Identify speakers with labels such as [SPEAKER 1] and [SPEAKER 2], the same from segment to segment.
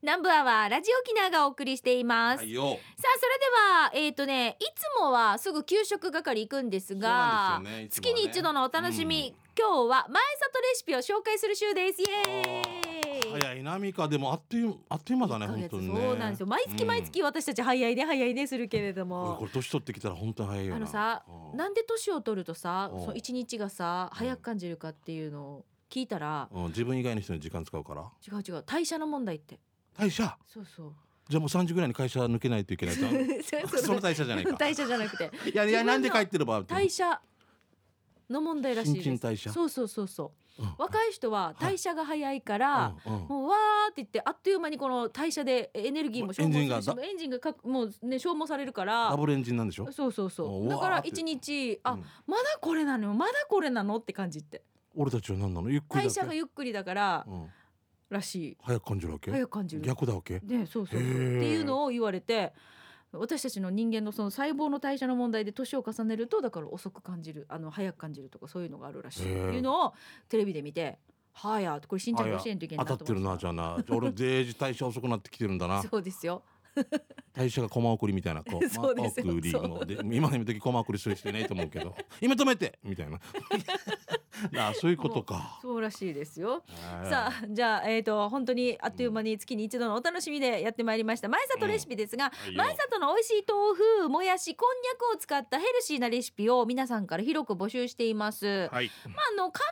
[SPEAKER 1] 南部アワーラジオキナがお送りしています、
[SPEAKER 2] はいよ
[SPEAKER 1] さあそれではえっ、とねいつもはすぐ給食係行くんですが
[SPEAKER 2] そうなんですよね
[SPEAKER 1] 月に一度のお楽しみ、今日は前里レシピを紹介する週ですイエーイ
[SPEAKER 2] 早いなみかでもあっというあっという間だね
[SPEAKER 1] 一ヶ
[SPEAKER 2] 本
[SPEAKER 1] 月
[SPEAKER 2] 当にね
[SPEAKER 1] そうなんですよ毎月毎月私たち早いね早いねするけれど
[SPEAKER 2] うん、おいこ
[SPEAKER 1] も、
[SPEAKER 2] れ年取ってきたら本当に早いよな
[SPEAKER 1] あのさ
[SPEAKER 2] うん
[SPEAKER 1] なんで年を取るとさ
[SPEAKER 2] うん
[SPEAKER 1] その一日がさ早く感じるかっていうのを聞いたら
[SPEAKER 2] うん、自分以外の人に時間使うから
[SPEAKER 1] 違う違う代謝の問題って
[SPEAKER 2] 代謝
[SPEAKER 1] そうそう
[SPEAKER 2] じゃあもう3時ぐらいに会社抜けないといけな いじゃんその代謝じゃないか
[SPEAKER 1] 代謝じゃなくて
[SPEAKER 2] いやいやなんで帰ってるば
[SPEAKER 1] 代謝の問題らしいです
[SPEAKER 2] 新陳代謝
[SPEAKER 1] そうそうそうそう、
[SPEAKER 2] うん
[SPEAKER 1] 若い人は代謝が早いから、
[SPEAKER 2] うんうん
[SPEAKER 1] もうわーって言ってあっという間にこの代謝でエネルギーも消
[SPEAKER 2] エンジン
[SPEAKER 1] 耗
[SPEAKER 2] が
[SPEAKER 1] するしエンジンがかくもうね消耗されるから
[SPEAKER 2] ダブルエンジンなんでしょ
[SPEAKER 1] そうそうそう
[SPEAKER 2] うわー
[SPEAKER 1] だ
[SPEAKER 2] って
[SPEAKER 1] から一日あ、
[SPEAKER 2] うん
[SPEAKER 1] まだこれなのまだこれなのって感じって
[SPEAKER 2] 俺たちは何なのゆっくりだけ
[SPEAKER 1] 代謝がゆっくりだから
[SPEAKER 2] うん、
[SPEAKER 1] らし
[SPEAKER 2] 早く感じるわ
[SPEAKER 1] い
[SPEAKER 2] け
[SPEAKER 1] 早く感じる
[SPEAKER 2] 逆だわけ
[SPEAKER 1] ねそうそう
[SPEAKER 2] へ
[SPEAKER 1] って
[SPEAKER 2] ー
[SPEAKER 1] いうのを言われて私たちの人間のその細胞の代謝の問題で年を重ねるとだから遅く感じるあの早く感じるとかそういうのがあるらしいって
[SPEAKER 2] へー
[SPEAKER 1] いうのをテレビで見て「はや」これしんちゃんが教えんといけな
[SPEAKER 2] 当
[SPEAKER 1] いな
[SPEAKER 2] たっ
[SPEAKER 1] と
[SPEAKER 2] てる
[SPEAKER 1] 思
[SPEAKER 2] な
[SPEAKER 1] って
[SPEAKER 2] じゃあなじゃあ俺税時代謝遅くなってきてるんだ な
[SPEAKER 1] そうですよ
[SPEAKER 2] 代謝が駒送りみたいなこ
[SPEAKER 1] そうですよ
[SPEAKER 2] 駒送りもで今の時駒送りする人いないと思うけど 今止めてみたいな あそういうことか
[SPEAKER 1] そうらしいですよ。
[SPEAKER 2] はい
[SPEAKER 1] さあじゃあ、えー、と本当にあっという間に月に一度のお楽しみでやってまいりました前里レシピですが、
[SPEAKER 2] うんはい
[SPEAKER 1] 前
[SPEAKER 2] よ
[SPEAKER 1] 里の美味しい豆腐もやしこんにゃくを使ったヘルシーなレシピを皆さんから広く募集しています。
[SPEAKER 2] はい
[SPEAKER 1] まあ、あの簡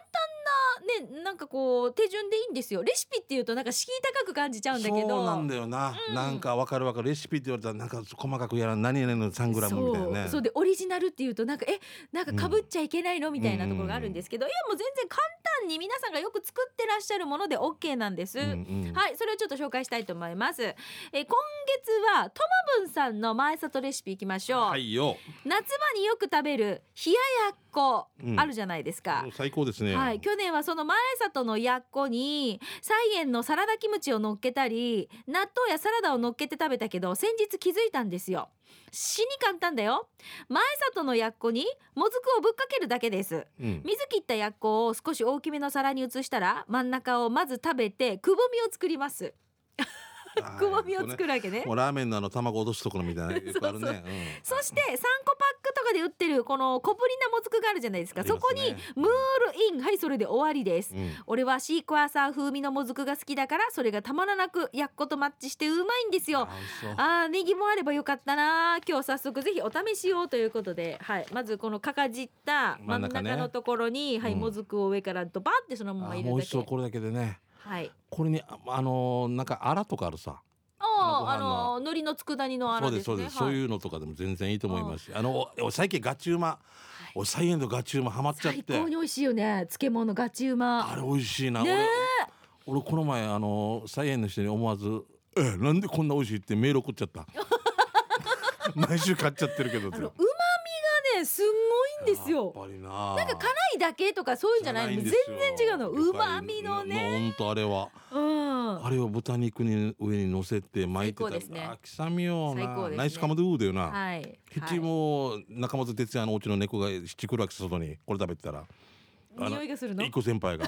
[SPEAKER 1] 単なねなんかこう手順でいいんですよレシピっていうとなんか敷居高く感じちゃうんだけど
[SPEAKER 2] そうなんだよな、
[SPEAKER 1] うん
[SPEAKER 2] なんかわかるわかるレシピって言われたらなんか細かくやらん何々の3グラムみたいな
[SPEAKER 1] そ
[SPEAKER 2] ね
[SPEAKER 1] うそうでオリジナルっていうとなんかえなんかかぶっちゃいけないの、みたいなところがあるんですけどいやもう全然簡単に皆さんがよく作ってらっしゃるもので OK なんです。
[SPEAKER 2] うんうん
[SPEAKER 1] はい、それをちょっと紹介したいと思います。えー今月はトマブンさんの前里レシピいきましょう。
[SPEAKER 2] はいよ、
[SPEAKER 1] 夏場によく食べる冷ややっこ、
[SPEAKER 2] うん
[SPEAKER 1] あるじゃないですか
[SPEAKER 2] もう。最高ですね、
[SPEAKER 1] はい、去年はその前里のやっこに菜園のサラダキムチを乗っけたり納豆やサラダを乗っけて食べたけど先日気づいたんですよ死に簡単だよ前里のやっこにもずくをぶっかけるだけです
[SPEAKER 2] うん、
[SPEAKER 1] 水切ったやっこを少し大きめの皿に移したら真ん中をまず食べてくぼみを作ります
[SPEAKER 2] はい
[SPEAKER 1] くぼみを作るわけね
[SPEAKER 2] もうラーメンのあの卵落とすところみたいなよくあるね
[SPEAKER 1] そうそうそして3個パックとかで売ってるこの小ぶりなもずくがあるじゃないですか
[SPEAKER 2] ありま
[SPEAKER 1] そこ
[SPEAKER 2] すね
[SPEAKER 1] にムールインはいそれで終わりです
[SPEAKER 2] うん、うん
[SPEAKER 1] 俺はシークワーサー風味のもずくが好きだからそれがたまらなくやっことマッチしてうまいんですよ
[SPEAKER 2] あ美味しそう
[SPEAKER 1] あーネギもあればよかったな今日早速ぜひお試しをということで、はい、まずこのかかじった真
[SPEAKER 2] 真
[SPEAKER 1] ん
[SPEAKER 2] ん
[SPEAKER 1] 中
[SPEAKER 2] 中ね
[SPEAKER 1] のところに、はい、
[SPEAKER 2] うん
[SPEAKER 1] もずくを上からドバってそのまま
[SPEAKER 2] あ
[SPEAKER 1] 入れ
[SPEAKER 2] もう
[SPEAKER 1] るだ
[SPEAKER 2] 美味しそ
[SPEAKER 1] け
[SPEAKER 2] うこれだけでね
[SPEAKER 1] はい
[SPEAKER 2] これにああのーなんかアラとかあるさ
[SPEAKER 1] あーあ
[SPEAKER 2] あのご飯の
[SPEAKER 1] の海苔の佃煮のあ
[SPEAKER 2] そ
[SPEAKER 1] ら
[SPEAKER 2] う
[SPEAKER 1] で
[SPEAKER 2] です
[SPEAKER 1] ね
[SPEAKER 2] すそうです、そう
[SPEAKER 1] はい
[SPEAKER 2] いうのとかでも全然いいと思いますしあのおお最近ガチうまお菜園のガチうまハマっちゃっ
[SPEAKER 1] 最
[SPEAKER 2] て
[SPEAKER 1] 高に美味しいよね漬物ガチうま
[SPEAKER 2] あれ美味しいな、
[SPEAKER 1] ねえ
[SPEAKER 2] 俺俺この前あの菜園の人に思わず「えなんでこんな美味しい?」ってメール送っちゃった 毎週買っちゃってるけど
[SPEAKER 1] あのうまみがねすんごいんですよ
[SPEAKER 2] やっぱりな
[SPEAKER 1] なんか辛いだけとかそういうんじゃないの全然違うのうまみのね
[SPEAKER 2] 本当あれは
[SPEAKER 1] うん
[SPEAKER 2] あれを豚肉に上に乗せて巻いて
[SPEAKER 1] 最高ですね
[SPEAKER 2] あ臭みよ
[SPEAKER 1] 最高
[SPEAKER 2] な、
[SPEAKER 1] ですね
[SPEAKER 2] ナイスカマドゥだよな、
[SPEAKER 1] はい。
[SPEAKER 2] ヒチも中本哲也のお家の猫が七来るわけ外にこれ食べてたら
[SPEAKER 1] はい、匂いがするの
[SPEAKER 2] 一。個先輩が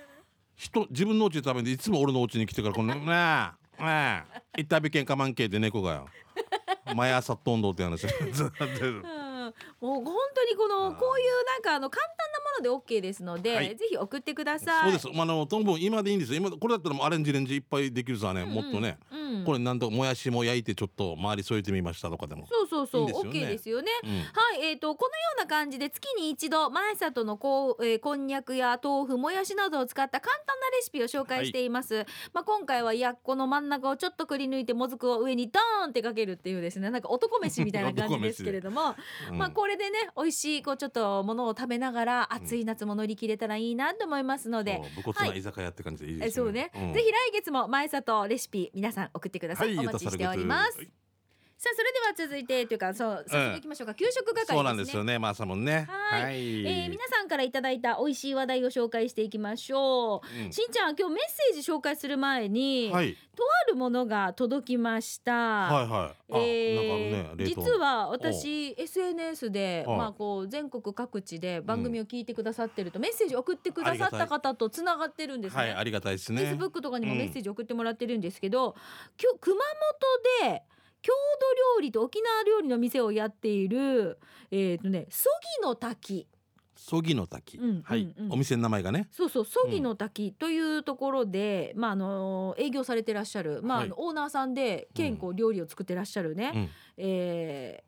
[SPEAKER 2] 人自分のお家で食べていつも俺のお家に来てからこの「ねえねえ一体びけんかまんけ」って猫がよ 毎朝とんどっ て話ずっとやってる
[SPEAKER 1] うん、もう本当にこの
[SPEAKER 2] あー
[SPEAKER 1] こういうなんかあの簡単なもので OK ですので、
[SPEAKER 2] はい
[SPEAKER 1] ぜひ送ってくださ
[SPEAKER 2] そ
[SPEAKER 1] いう
[SPEAKER 2] です、まあ、あのトンボン今でいいんですよ今これだったらもうアレンジレンジいっぱいできるさね、
[SPEAKER 1] うんうん
[SPEAKER 2] もっとね
[SPEAKER 1] うん、
[SPEAKER 2] これなんともやしも焼いてちょっと周り添えてみましたとかでも、
[SPEAKER 1] そうそうそう
[SPEAKER 2] いいんですよね
[SPEAKER 1] OK ですよね
[SPEAKER 2] うん
[SPEAKER 1] はい、えー、とこのような感じで月に一度前里のこう、えーこんにゃくや豆腐もやしなどを使った簡単なレシピを紹介しています、まあ、今回はやっこの真ん中をちょっとくり抜いてもずくを上にドーンってかけるっていうですねなんか男飯みたいな感じですけれ ども、
[SPEAKER 2] うん
[SPEAKER 1] まあ、これでね美味しいこうちょっとものを食べながら暑い夏も乗り切れたらいいなと思いますので
[SPEAKER 2] そ。う武骨な居酒屋って感じでいい
[SPEAKER 1] え
[SPEAKER 2] です
[SPEAKER 1] そう
[SPEAKER 2] よ
[SPEAKER 1] ね
[SPEAKER 2] ね、、
[SPEAKER 1] ぜひ来月も前里レシピ皆さん送ってください、
[SPEAKER 2] はい
[SPEAKER 1] お待ちしております、
[SPEAKER 2] はい
[SPEAKER 1] さあそれでは続いてというかそう早速いきましょうか、給食係ですね
[SPEAKER 2] そうなんですよねまあ朝もんね
[SPEAKER 1] はい
[SPEAKER 2] い
[SPEAKER 1] えー皆さんからいただいた美味しい話題を紹介していきましょう、
[SPEAKER 2] うん
[SPEAKER 1] しんちゃん今日メッセージ紹介する前に、
[SPEAKER 2] はい
[SPEAKER 1] とあるるものが届きました。
[SPEAKER 2] はいはい。あ、
[SPEAKER 1] え
[SPEAKER 2] なんかあ
[SPEAKER 1] ー
[SPEAKER 2] るね、冷凍
[SPEAKER 1] 実は私 SNS で、
[SPEAKER 2] はい
[SPEAKER 1] まあ、こう全国各地で番組を聞いてくださってると、メッセージ送ってくださった方とつながってるんです
[SPEAKER 2] はい、
[SPEAKER 1] ね。
[SPEAKER 2] ありがたいです
[SPEAKER 1] フェイス
[SPEAKER 2] ね
[SPEAKER 1] ブ。ックとかにも
[SPEAKER 2] うん
[SPEAKER 1] メッセージ送ってもらってるんですけど、きょ熊本で郷土料理と沖縄料理の店をやっているえっ、とね曽木の滝
[SPEAKER 2] そぎの滝、
[SPEAKER 1] うん
[SPEAKER 2] は
[SPEAKER 1] う
[SPEAKER 2] い
[SPEAKER 1] んうん、
[SPEAKER 2] お店の名前がね。
[SPEAKER 1] そうそう曽木の滝というところで、まああの営業されてらっしゃる、まあ
[SPEAKER 2] はい
[SPEAKER 1] あのオーナーさんで健康料理を作ってらっしゃるね、
[SPEAKER 2] うん
[SPEAKER 1] えー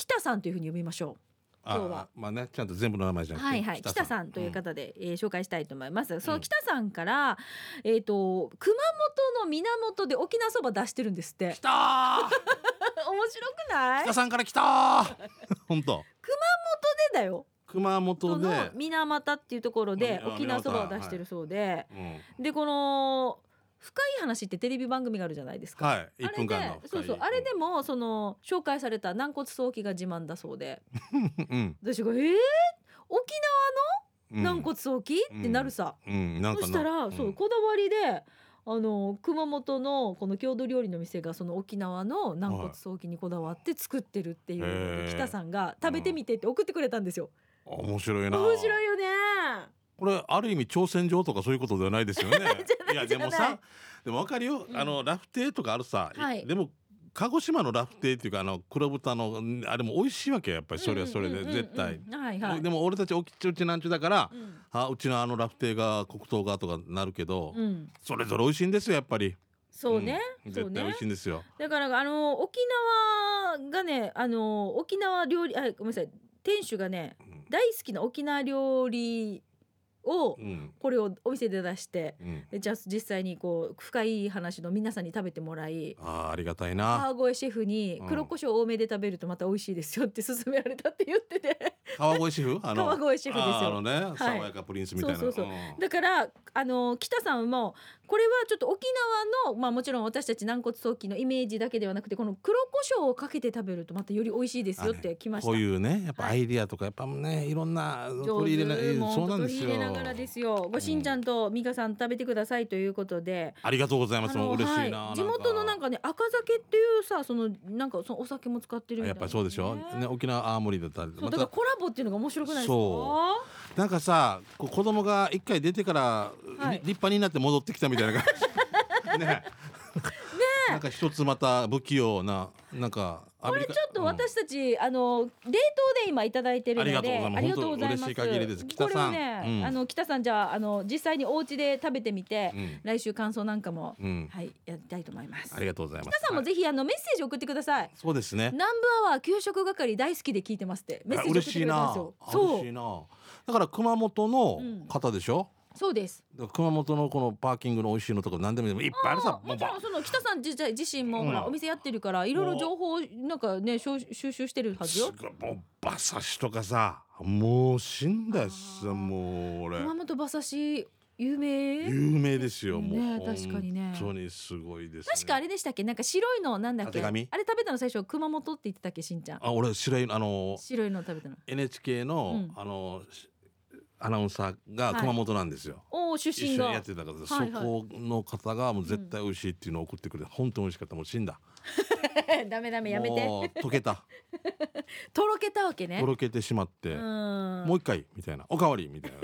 [SPEAKER 1] 北さんというふうに呼びましょう。
[SPEAKER 2] あ
[SPEAKER 1] 今日は
[SPEAKER 2] まあね、ちゃんと全部の名前じゃなくて。
[SPEAKER 1] はいはい、北さんという方で、えー紹介したいと思います。その北さんから、えっ、と熊本の源で沖縄そば出してるんです って
[SPEAKER 2] 来。たー。
[SPEAKER 1] 面白くない
[SPEAKER 2] 北さんから来たー。 本当。
[SPEAKER 1] だよ
[SPEAKER 2] 熊
[SPEAKER 1] そ
[SPEAKER 2] 本
[SPEAKER 1] の
[SPEAKER 2] で。
[SPEAKER 1] 水俣っていうところで
[SPEAKER 2] うん
[SPEAKER 1] 沖縄そばを出してるそうで、
[SPEAKER 2] うん。
[SPEAKER 1] でこの深い話ってテレビ番組があるじゃないですか。
[SPEAKER 2] はい、
[SPEAKER 1] あ
[SPEAKER 2] 一
[SPEAKER 1] れ
[SPEAKER 2] 分
[SPEAKER 1] で
[SPEAKER 2] 間の。
[SPEAKER 1] そうそうあれでもその紹介された軟骨早期が自慢だそうで
[SPEAKER 2] うん。
[SPEAKER 1] 私が「えー、沖
[SPEAKER 2] うん。
[SPEAKER 1] 縄軟骨早期
[SPEAKER 2] うん
[SPEAKER 1] ってなるさ、
[SPEAKER 2] うん、なんか
[SPEAKER 1] そし
[SPEAKER 2] な。
[SPEAKER 1] たら、
[SPEAKER 2] ん
[SPEAKER 1] そう。こだわりであの熊本のこの郷土料理の店がその沖縄の軟骨早期にこだわって作ってるっていうので、
[SPEAKER 2] へー
[SPEAKER 1] 北さんが「食べてみて」って送ってくれたんですよ。
[SPEAKER 2] 面白いな。
[SPEAKER 1] 面白
[SPEAKER 2] い。
[SPEAKER 1] いよね
[SPEAKER 2] これある意味挑戦状とかそういうことではないですよね。い や
[SPEAKER 1] じ
[SPEAKER 2] で
[SPEAKER 1] ゃない
[SPEAKER 2] もさ、でもわかるよ
[SPEAKER 1] う。ん
[SPEAKER 2] あのラフテーとかあるさ。
[SPEAKER 1] はい
[SPEAKER 2] でも鹿児島のラフテーっていうかあの黒豚のあれも美味しいわけよやっぱりそれはそれで絶対。。
[SPEAKER 1] はいはい。
[SPEAKER 2] でも俺たちおきちうちなんちゅだから。
[SPEAKER 1] うん
[SPEAKER 2] あうちのあのラフテーが黒糖がとかなるけど、
[SPEAKER 1] うん、
[SPEAKER 2] それぞれ美味しいんですよやっぱり
[SPEAKER 1] そうね。
[SPEAKER 2] うん
[SPEAKER 1] そう
[SPEAKER 2] 絶対美
[SPEAKER 1] ね
[SPEAKER 2] 味しいんですよ、
[SPEAKER 1] だからあの沖縄がねあの沖縄料理あごめんなさい店主がね
[SPEAKER 2] うん
[SPEAKER 1] 大好きな沖縄料理を
[SPEAKER 2] うん
[SPEAKER 1] これをお店で出して
[SPEAKER 2] うん、
[SPEAKER 1] でじゃあ実際にこう深い話の皆さんに食べてもらい。
[SPEAKER 2] あーありがたいな
[SPEAKER 1] 川越シェフに
[SPEAKER 2] うん
[SPEAKER 1] 黒胡椒多めで食べるとまた美味しいですよって勧められたって言ってて
[SPEAKER 2] 川越シェフあの
[SPEAKER 1] 川越シェフです
[SPEAKER 2] あーあ
[SPEAKER 1] よ
[SPEAKER 2] のね、爽やかプリンスみたいな
[SPEAKER 1] そうそうそうんだからあの北さんもこれはちょっと沖縄のまあもちろん私たち軟骨早期のイメージだけではなくてこの黒胡椒をかけて食べるとまたより美味しいですよってきました。
[SPEAKER 2] こういうねやっぱ
[SPEAKER 1] は
[SPEAKER 2] アイディアとかやっぱねいろんな
[SPEAKER 1] 上
[SPEAKER 2] 取
[SPEAKER 1] 手
[SPEAKER 2] り入れない
[SPEAKER 1] もう
[SPEAKER 2] そうなんで
[SPEAKER 1] 取
[SPEAKER 2] す
[SPEAKER 1] り
[SPEAKER 2] よ
[SPEAKER 1] 入れながらですよ。ごしんちゃんと美香さん食べてくださいということで、
[SPEAKER 2] ありがとうございますもう嬉しいな,なんか、
[SPEAKER 1] はい、地元のなんかね赤酒っていうさそのなんかそのお酒も使ってるみたい
[SPEAKER 2] や
[SPEAKER 1] な
[SPEAKER 2] っぱりそうでしょ、ね、沖縄青森だったり
[SPEAKER 1] そう
[SPEAKER 2] ま
[SPEAKER 1] だから
[SPEAKER 2] た
[SPEAKER 1] コラボっていうのが面白くないですか？
[SPEAKER 2] そなんかさこう子供が一回出てから、
[SPEAKER 1] はい
[SPEAKER 2] り立派になって戻ってきたみたいな感 じねなんか一つまた不器用ななんか
[SPEAKER 1] こ
[SPEAKER 2] こ
[SPEAKER 1] れちょっと私たち、あの冷凍で今いただいてるので
[SPEAKER 2] ありがとうございます
[SPEAKER 1] ありがとうござ
[SPEAKER 2] 本当嬉しい限りです
[SPEAKER 1] こ
[SPEAKER 2] 北
[SPEAKER 1] れ
[SPEAKER 2] さ
[SPEAKER 1] を
[SPEAKER 2] ん
[SPEAKER 1] ね、
[SPEAKER 2] うん
[SPEAKER 1] あの北さんじゃああの実際にお家で食べてみて、
[SPEAKER 2] うん、
[SPEAKER 1] 来週感想なんかも、
[SPEAKER 2] うん、
[SPEAKER 1] はいやりたいと思います
[SPEAKER 2] ありがとうございます
[SPEAKER 1] 北さんも
[SPEAKER 2] はい
[SPEAKER 1] ぜひあのメッセージ送ってください
[SPEAKER 2] そうですね
[SPEAKER 1] 南部アワー給食係大好きで聞いてますってメッセージ送
[SPEAKER 2] 嬉
[SPEAKER 1] っ
[SPEAKER 2] してい
[SPEAKER 1] くれたんで
[SPEAKER 2] な
[SPEAKER 1] すよ
[SPEAKER 2] あ
[SPEAKER 1] そ
[SPEAKER 2] 嬉
[SPEAKER 1] う
[SPEAKER 2] しいなだから熊本の方でしょ、
[SPEAKER 1] そうです
[SPEAKER 2] だから熊本のこのパーキングの美味しいのとか何でもいっぱいあるさも
[SPEAKER 1] も
[SPEAKER 2] う
[SPEAKER 1] ちろんその北さん自体自身もほら、
[SPEAKER 2] うん
[SPEAKER 1] お店やってるからいろいろ情報なんかねしょ収集してるはず
[SPEAKER 2] す
[SPEAKER 1] よ
[SPEAKER 2] ごいもう馬刺しとかさもう死んだし
[SPEAKER 1] あー
[SPEAKER 2] もう俺
[SPEAKER 1] 熊本馬刺し有名
[SPEAKER 2] 有名ですよもう、
[SPEAKER 1] ね確かにね
[SPEAKER 2] 本当にすごいです、ね、
[SPEAKER 1] 確かあれでしたっけなんか白いのなんだっけ
[SPEAKER 2] たて
[SPEAKER 1] あ
[SPEAKER 2] が
[SPEAKER 1] れ
[SPEAKER 2] み
[SPEAKER 1] 食べたの最初熊本って言ってたっけしんちゃん
[SPEAKER 2] あ俺白いあの
[SPEAKER 1] 白いの食べたの
[SPEAKER 2] NHK の、
[SPEAKER 1] うん
[SPEAKER 2] あのしアナウンサー
[SPEAKER 1] は
[SPEAKER 2] が
[SPEAKER 1] い
[SPEAKER 2] 熊本なんですよ、
[SPEAKER 1] おお出
[SPEAKER 2] 一
[SPEAKER 1] 身
[SPEAKER 2] 緒にや
[SPEAKER 1] が
[SPEAKER 2] ってたから、
[SPEAKER 1] はいはい
[SPEAKER 2] そこの方がもう絶対美味しいっていうのを送ってくれて、本当に美味しかったもう死んだ
[SPEAKER 1] ダメダメやめて
[SPEAKER 2] もう溶けた
[SPEAKER 1] とろけたわけ ね
[SPEAKER 2] とろけてしまって、
[SPEAKER 1] うん
[SPEAKER 2] もう一回みたいなおかわりみたいな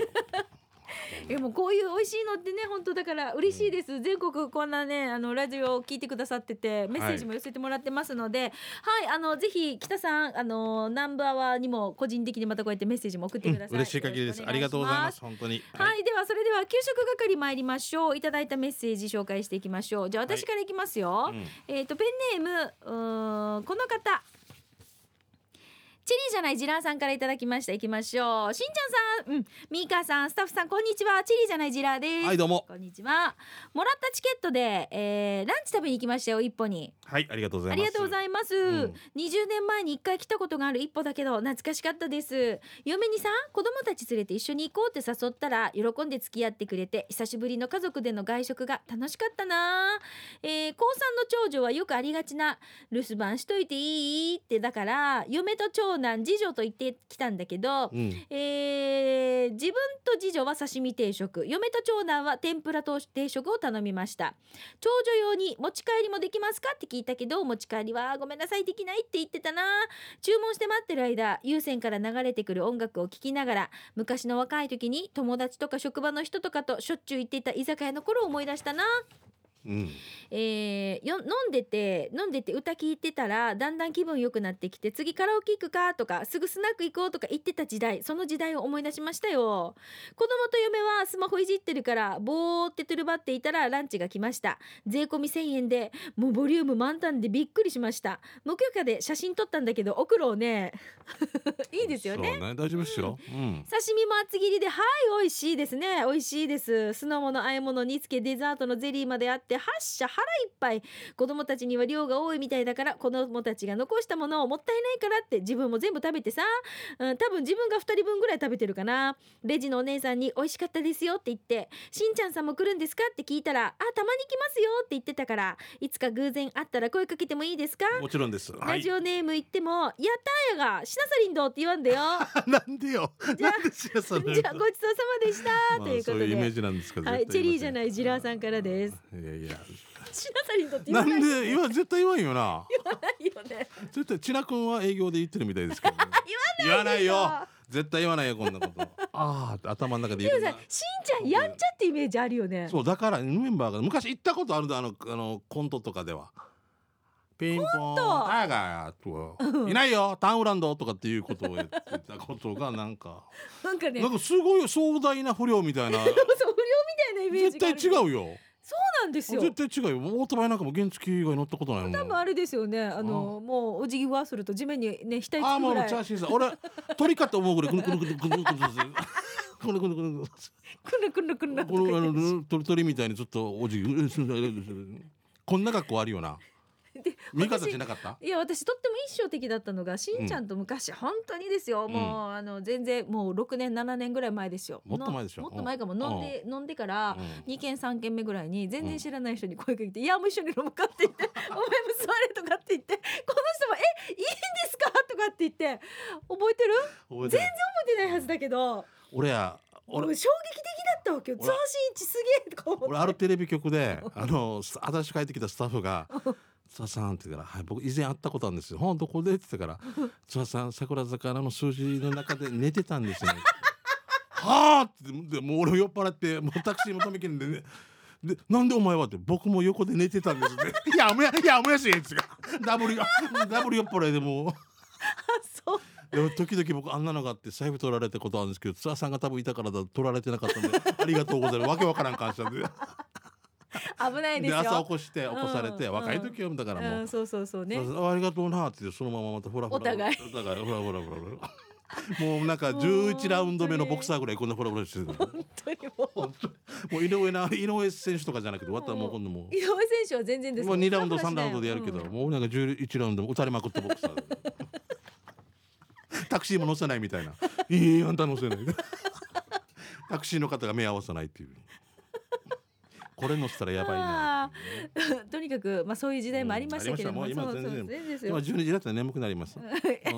[SPEAKER 1] でもこういう美味しいのってね本当だから嬉しいです、全国こんなねあのラジオを聞いてくださっててメッセージも寄せてもらってますのではい、あのぜひ北さんあのナンバーワにも個人的にまたこうやってメッセージも送ってください、
[SPEAKER 2] 嬉しい限りですありがとうございます本当に
[SPEAKER 1] はい、ではそれでは給食係参りましょういただいたメッセージ紹介していきましょうじゃあ
[SPEAKER 2] はい
[SPEAKER 1] 私からいきますよ、
[SPEAKER 2] うん
[SPEAKER 1] えっ、とペンネームうーんこの方チェリーじゃないジラーさんからいただきましたいきましょうしんちゃんさんうんミーカーさんスタッフさんこんにちはチェリーじゃないジラーです、
[SPEAKER 2] はいどうも
[SPEAKER 1] こんにちはもらったチケットで、えーランチ食べに行きましたよ一歩に
[SPEAKER 2] はいありがとうござ
[SPEAKER 1] あ
[SPEAKER 2] います
[SPEAKER 1] りがとうございます、
[SPEAKER 2] うん
[SPEAKER 1] 20年前に一回来たことがある一歩だけど懐かしかったです嫁にさ子供たち連れて一緒に行こうって誘ったら喜んで付き合ってくれて久しぶりの家族での外食が楽しかったなえー、高3の長女はよくありがちな留守番しといていいってだから嫁と長長男次女と言ってきたんだけど、
[SPEAKER 2] うん
[SPEAKER 1] えー自分と次女は刺身定食嫁と長男は天ぷらと定食を頼みました長女用に持ち帰りもできますかって聞いたけど持ち帰りはごめんなさいできないって言ってたな注文して待ってる間有線から流れてくる音楽を聴きながら昔の若い時に友達とか職場の人とかとしょっちゅう行っていた居酒屋の頃を思い出したな
[SPEAKER 2] うん
[SPEAKER 1] えーよ飲んでて飲んでて歌聞いてたらだんだん気分良くなってきて次カラオケ行くかとかすぐスナック行こうとか言ってた時代その時代を思い出しましたよ子供と嫁はスマホいじってるからぼーってとるばっていたらランチが来ました税込み1000円でもうボリューム満タンでびっくりしました無許可で写真撮ったんだけど送ろうね いいですよね
[SPEAKER 2] そうね大丈夫ですようん
[SPEAKER 1] 刺身も厚切りではい美味しいですね美味しいです酢の物和え物煮付けデザートのゼリーまであって8社腹いっぱい子供たちには量が多いみたいだから子供たちが残したものをもったいないからって自分も全部食べてさ、うん、多分自分が2人分ぐらい食べてるかなレジのお姉さんに「美味しかったですよ」って言って「しんちゃんさんも来るんですか?」って聞いたら「あたまに来ますよ」って言ってたからいつか偶然会ったら声かけてもいいですか
[SPEAKER 2] もちろんですは
[SPEAKER 1] ラ
[SPEAKER 2] い
[SPEAKER 1] ジオネーム言っても「やったーやがしなさりんど」って言わんでよ
[SPEAKER 2] なんでよ
[SPEAKER 1] じゃあ
[SPEAKER 2] なんでしなさ
[SPEAKER 1] じゃあ
[SPEAKER 2] れ
[SPEAKER 1] ご
[SPEAKER 2] る
[SPEAKER 1] ちそうさまでした、
[SPEAKER 2] まあ
[SPEAKER 1] というこ
[SPEAKER 2] そう
[SPEAKER 1] と
[SPEAKER 2] いうイメー
[SPEAKER 1] で。
[SPEAKER 2] ジなんですけど
[SPEAKER 1] はい、チェリーじゃないいジラーさんからです。
[SPEAKER 2] いやいや
[SPEAKER 1] シナさんにとって言
[SPEAKER 2] な
[SPEAKER 1] わない
[SPEAKER 2] んで今絶対言わんよな
[SPEAKER 1] よね。
[SPEAKER 2] 絶対ちな君は営業で言ってるみたいですけ どね、言わ
[SPEAKER 1] な
[SPEAKER 2] ないい
[SPEAKER 1] でしょ
[SPEAKER 2] よ絶対言わないよこんなこと ああ頭の中で
[SPEAKER 1] で
[SPEAKER 2] 言
[SPEAKER 1] も
[SPEAKER 2] うな
[SPEAKER 1] さ、しんちゃんやんちゃってイメージあるよね。
[SPEAKER 2] そうだからメンバーが昔行ったことあるんだあのあのコントとかではピンポン
[SPEAKER 1] ト
[SPEAKER 2] タイガーとかいないよタウンランドとかっていうことをやってたことがなんか
[SPEAKER 1] なんかね、
[SPEAKER 2] な
[SPEAKER 1] そ
[SPEAKER 2] ん
[SPEAKER 1] う
[SPEAKER 2] かすごい壮大な不良みたいな
[SPEAKER 1] 不良みたいなイメージ
[SPEAKER 2] 絶
[SPEAKER 1] があ
[SPEAKER 2] 対
[SPEAKER 1] る。
[SPEAKER 2] 違
[SPEAKER 1] う。
[SPEAKER 2] うよ
[SPEAKER 1] なんですよ。
[SPEAKER 2] 絶対違うよもうオートバイなんかも原付以外乗ったことないもん
[SPEAKER 1] 多分あれですよね。あのもうお辞儀はすると地面にね額つく
[SPEAKER 2] あーも
[SPEAKER 1] ぐ
[SPEAKER 2] うチ
[SPEAKER 1] ら
[SPEAKER 2] ャ
[SPEAKER 1] い。
[SPEAKER 2] ーシーさん俺鳥かと思うぐらいくるくるくるくるくるくる
[SPEAKER 1] くる
[SPEAKER 2] くるくるくるくる
[SPEAKER 1] くるくるなと
[SPEAKER 2] こ
[SPEAKER 1] か
[SPEAKER 2] のあ
[SPEAKER 1] 言って
[SPEAKER 2] の鳥鳥みたいにちょっとおじぎうんすんすんすんすんこんな格好あるよな
[SPEAKER 1] で
[SPEAKER 2] 見方しなかった
[SPEAKER 1] いや私とっても印象的だったのがしんちゃんと昔、本当にですよもう、あの全然もう6年7年ぐらい前ですよ
[SPEAKER 2] もっと前でしょ
[SPEAKER 1] のもっと前かも飲んで飲んでから
[SPEAKER 2] うん
[SPEAKER 1] 2軒3軒目ぐらいに全然知らない人に声かけて「いやもう一緒に飲むか」って言っ て「お前も座れ」とかって言ってこの人も「えいいんですか?」とかって言って覚えてる
[SPEAKER 2] 覚
[SPEAKER 1] 全然
[SPEAKER 2] えてない
[SPEAKER 1] 覚えてないはずだけど
[SPEAKER 2] 俺や
[SPEAKER 1] 俺衝
[SPEAKER 2] 俺
[SPEAKER 1] 撃的だったわけよ「
[SPEAKER 2] 俺
[SPEAKER 1] ザーシンイチすげえ」とか思って
[SPEAKER 2] 俺あるテレビ局であの新しく帰ってきたスタッフ が「津田さん」って言うから「はい僕以前会ったことあるんですよ本当これで」って言ったから「津田さん桜坂の数字の中で寝てたんですよね」 はあ!」ってでもう俺酔っ払ってもうタクシーも止めきるんでねでなんでお前はって僕も横で寝てたんですって「 いやむやいやむやし!」って言うからダブルよダブル酔っ払いでもう。
[SPEAKER 1] あそう
[SPEAKER 2] でも時々僕あんなのがあって財布取られたことあるんですけど津田さんが多分いたからだと取られてなかった んでありがとうございますわけわからん感謝で
[SPEAKER 1] 危ないです
[SPEAKER 2] で
[SPEAKER 1] よ。
[SPEAKER 2] 朝起こして起こされて、
[SPEAKER 1] うん
[SPEAKER 2] 若い時読んだからもう、
[SPEAKER 1] うん、そうそうそうね
[SPEAKER 2] そうそうあありがとうなってそのまままたほらほら
[SPEAKER 1] お互い
[SPEAKER 2] お互いほらほらほらほらもうなんか11ラウンド目のボクサーぐらいこんなほらほらしてる
[SPEAKER 1] 本当にもう。
[SPEAKER 2] もう井上な井上選手とかじゃなくて私はもう今度も
[SPEAKER 1] 井上選手は全然で
[SPEAKER 2] う
[SPEAKER 1] す
[SPEAKER 2] もう2ラウンド3ラウンドでやるけど、
[SPEAKER 1] うん
[SPEAKER 2] もうなんか11ラウンドも打たれまくったボクサー タクシーも乗せないみたいな「いいあんた乗せない」 タクシーの方が目合わさないっていうこれ乗せたらやばいなっていうね、
[SPEAKER 1] とにかくまあそういう時代もありましたけれども、
[SPEAKER 2] うんありましたもう今
[SPEAKER 1] そうそう
[SPEAKER 2] 全然
[SPEAKER 1] 全然です
[SPEAKER 2] 今
[SPEAKER 1] よ
[SPEAKER 2] 12時だったら眠くなります。う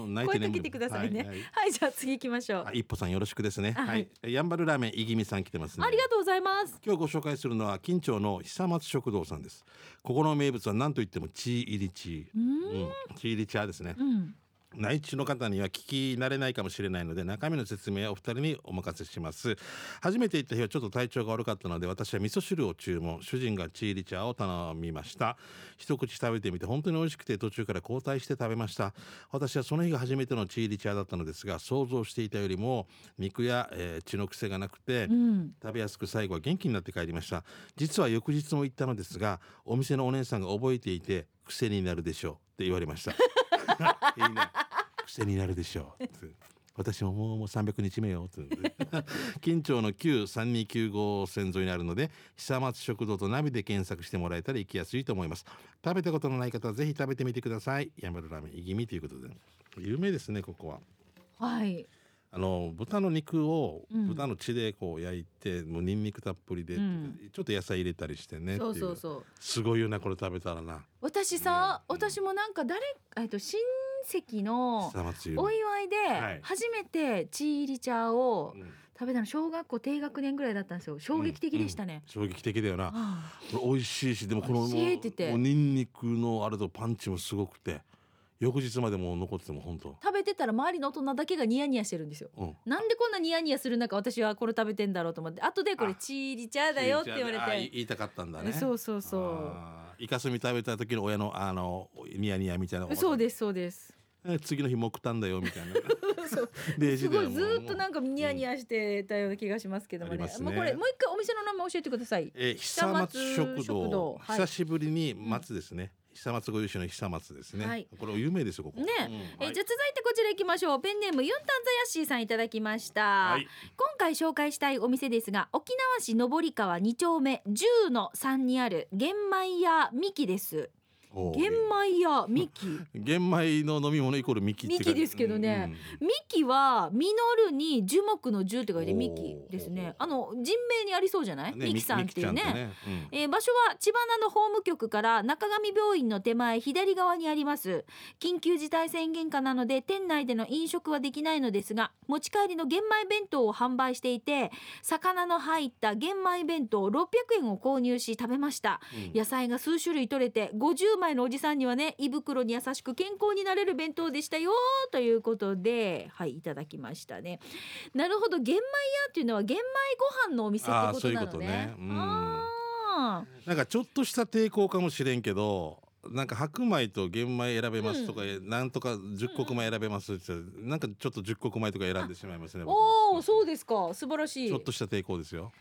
[SPEAKER 2] ん泣
[SPEAKER 1] 声か
[SPEAKER 2] 眠
[SPEAKER 1] け
[SPEAKER 2] る
[SPEAKER 1] てくださいね
[SPEAKER 2] は
[SPEAKER 1] はいい、
[SPEAKER 2] はい
[SPEAKER 1] じゃあ次行きましょう
[SPEAKER 2] あ一歩さんよろしくですね。
[SPEAKER 1] あ
[SPEAKER 2] は
[SPEAKER 1] はいい。
[SPEAKER 2] ヤンバルラーメンいぎみさん来てますね。
[SPEAKER 1] ありがとうございます
[SPEAKER 2] 今日ご紹介するのは近町の久松食堂さんです。ここの名物は何と言ってもチー入りチ
[SPEAKER 1] う
[SPEAKER 2] ー。
[SPEAKER 1] ん
[SPEAKER 2] うん、チー入りチャーですね。
[SPEAKER 1] うん
[SPEAKER 2] 内地の方には聞き慣れないかもしれないので中身の説明はお二人にお任せします初めて行った日はちょっと体調が悪かったので私は味噌汁を注文主人がチーリチャーを頼みました一口食べてみて本当に美味しくて途中から交代して食べました私はその日が初めてのチーリチャーだったのですが想像していたよりも肉や、えー血の癖がなくて
[SPEAKER 1] うん
[SPEAKER 2] 食べやすく最後は元気になって帰りました実は翌日も行ったのですがお店のお姉さんが覚えていて癖になるでしょうって言われましたいいね癖になるでしょうって私ももうもう300日目よって近町の旧3295線沿いにあるので久松食堂とナビで検索してもらえたら行きやすいと思います食べたことのない方はぜひ食べてみてくださいヤンバルラーメンいぎみということで有名ですねここは
[SPEAKER 1] はい
[SPEAKER 2] あの豚の肉を
[SPEAKER 1] うん
[SPEAKER 2] 豚の血でこう焼いて、もうニンニクたっぷりで、
[SPEAKER 1] うん
[SPEAKER 2] ちょっと野菜入れたりしてねってい
[SPEAKER 1] そううそうそう
[SPEAKER 2] すごいよなこれ食べたらな
[SPEAKER 1] 私さ、
[SPEAKER 2] うん
[SPEAKER 1] 私もなんか誰えっと新席の
[SPEAKER 2] 久松湯
[SPEAKER 1] お祝いで
[SPEAKER 2] はい
[SPEAKER 1] 初めてチー入り茶を
[SPEAKER 2] うん
[SPEAKER 1] 食べたの小学校低学年ぐらいだったんですよ衝撃的でしたね、
[SPEAKER 2] 衝撃的だよな
[SPEAKER 1] ああ
[SPEAKER 2] これ美味しいしでもこの
[SPEAKER 1] 美味しいって言って
[SPEAKER 2] もうニンニクのあれとパンチもすごくて翌日までもう残ってても本当
[SPEAKER 1] 食べてたら周りの大人だけがニヤニヤしてるんですよ
[SPEAKER 2] うん
[SPEAKER 1] なんでこんなニヤニヤする中私はこれ食べてんだろうと思って後でこれ
[SPEAKER 2] あ
[SPEAKER 1] チーリチャーだよって言われ
[SPEAKER 2] あい
[SPEAKER 1] て
[SPEAKER 2] 言いたかったんだね
[SPEAKER 1] そうそうそ
[SPEAKER 2] あーイカスミ食べた時の親のあのニヤニヤみたいな
[SPEAKER 1] うそうですすそうです
[SPEAKER 2] 次の日木炭だよみたいな
[SPEAKER 1] そう
[SPEAKER 2] デイジ
[SPEAKER 1] す
[SPEAKER 2] ーだ
[SPEAKER 1] ご
[SPEAKER 2] よ
[SPEAKER 1] いずーっと
[SPEAKER 2] もう
[SPEAKER 1] なんかニヤニヤしてたような気がしますけどもね,、
[SPEAKER 2] ありますね
[SPEAKER 1] まあ、これもう一回お店の名前教えてください
[SPEAKER 2] えー久松
[SPEAKER 1] 久
[SPEAKER 2] 食堂
[SPEAKER 1] 松食堂はい
[SPEAKER 2] 久しぶりに松ですね、久松ご優秀の久松ですね、
[SPEAKER 1] はい
[SPEAKER 2] これ有名ですよここ
[SPEAKER 1] ね
[SPEAKER 2] うん
[SPEAKER 1] え
[SPEAKER 2] はい
[SPEAKER 1] じゃあ続いてこちら行きましょうペンネームユンタンザヤッシーさんいただきました、
[SPEAKER 2] はい
[SPEAKER 1] 今回紹介したいお店ですが沖縄市上川2丁目10の3にある玄米屋ミキです
[SPEAKER 2] おー
[SPEAKER 1] 玄米屋ミキミ
[SPEAKER 2] 玄米の飲み物イコールミキって書いて
[SPEAKER 1] ミキですけどね
[SPEAKER 2] うん
[SPEAKER 1] キは実るに樹木の樹って書いてミキ
[SPEAKER 2] おー
[SPEAKER 1] ですねあの人名にありそうじゃない、ミキさんっていう
[SPEAKER 2] ミ
[SPEAKER 1] ね
[SPEAKER 2] キちゃんとうん
[SPEAKER 1] えー場所は千葉なの法務局から中上病院の手前左側にあります緊急事態宣言下なので店内での飲食はできないのですが持ち帰りの玄米弁当を販売していて魚の入った玄米弁当600円を購入し食べました
[SPEAKER 2] うん
[SPEAKER 1] 野菜が数種類取れて50枚のおじさんにはね胃袋に優しく健康になれる弁当でしたよということではいいただきましたねなるほど玄米屋っていうのは玄米ご飯のお店ってことな
[SPEAKER 2] あーそういうこ
[SPEAKER 1] の
[SPEAKER 2] と
[SPEAKER 1] ね
[SPEAKER 2] ねうん
[SPEAKER 1] あー
[SPEAKER 2] なんかちょっとした抵抗かもしれんけどなんか白米と玄米選べますとか、なんとか10穀米選べますって言ったらなんかちょっと10穀米とか選んでしまいますね僕
[SPEAKER 1] おおそうですか素晴らしい
[SPEAKER 2] ち
[SPEAKER 1] あ
[SPEAKER 2] ょ
[SPEAKER 1] の
[SPEAKER 2] っとした抵抗ですよ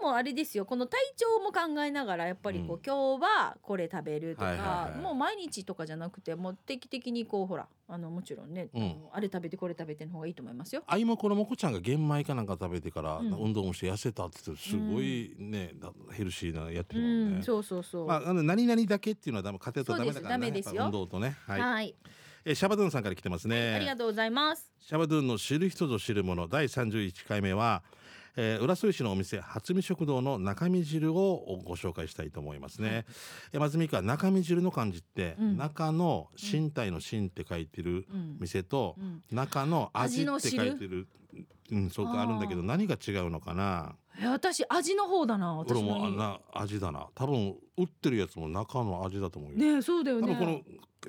[SPEAKER 1] でもあれですよこの体調も考えながらやっぱりこう、
[SPEAKER 2] うん
[SPEAKER 1] 今日はこれ食べるとか、
[SPEAKER 2] はいはいはい
[SPEAKER 1] もう毎日とかじゃなくてもう定期的にこうほらあのもちろんね、
[SPEAKER 2] うん
[SPEAKER 1] あのあれ食べてこれ食べての方がいいと思いますよ。
[SPEAKER 2] あいもこのもこちゃんが玄米かなんか食べてから
[SPEAKER 1] うん
[SPEAKER 2] 運動もして痩せたって言ってすごいね、だヘルシーなやって
[SPEAKER 1] う
[SPEAKER 2] るもん
[SPEAKER 1] ん、
[SPEAKER 2] ね、
[SPEAKER 1] そうそうそう。
[SPEAKER 2] まあ、あの何々だけっていうのはダメ家庭とダメだから、ね、
[SPEAKER 1] そうですダメですよ
[SPEAKER 2] やっぱ運動とねは、
[SPEAKER 1] はいい、
[SPEAKER 2] えーシャバドゥンさんから来てますね、
[SPEAKER 1] ありがとうございます。
[SPEAKER 2] シャバドゥンの知る人ぞ知るもの第31回目は、えー浦添市のお店初見食堂の中身汁をご紹介したいと思いますね、えーまずみか中身汁の漢字って、
[SPEAKER 1] うん
[SPEAKER 2] 中の身体の身って書いてる
[SPEAKER 1] うん、
[SPEAKER 2] 店と、
[SPEAKER 1] うん、
[SPEAKER 2] 中の味って書いて
[SPEAKER 1] 味
[SPEAKER 2] るうんそうかあるんだけど
[SPEAKER 1] あ
[SPEAKER 2] 何が違うのかな
[SPEAKER 1] え私味の方だな私
[SPEAKER 2] 俺
[SPEAKER 1] の
[SPEAKER 2] もあ
[SPEAKER 1] に
[SPEAKER 2] な味だな多分売ってるやつも中の味だと思うよ、
[SPEAKER 1] ねえそうだよ
[SPEAKER 2] 多
[SPEAKER 1] ね
[SPEAKER 2] 分この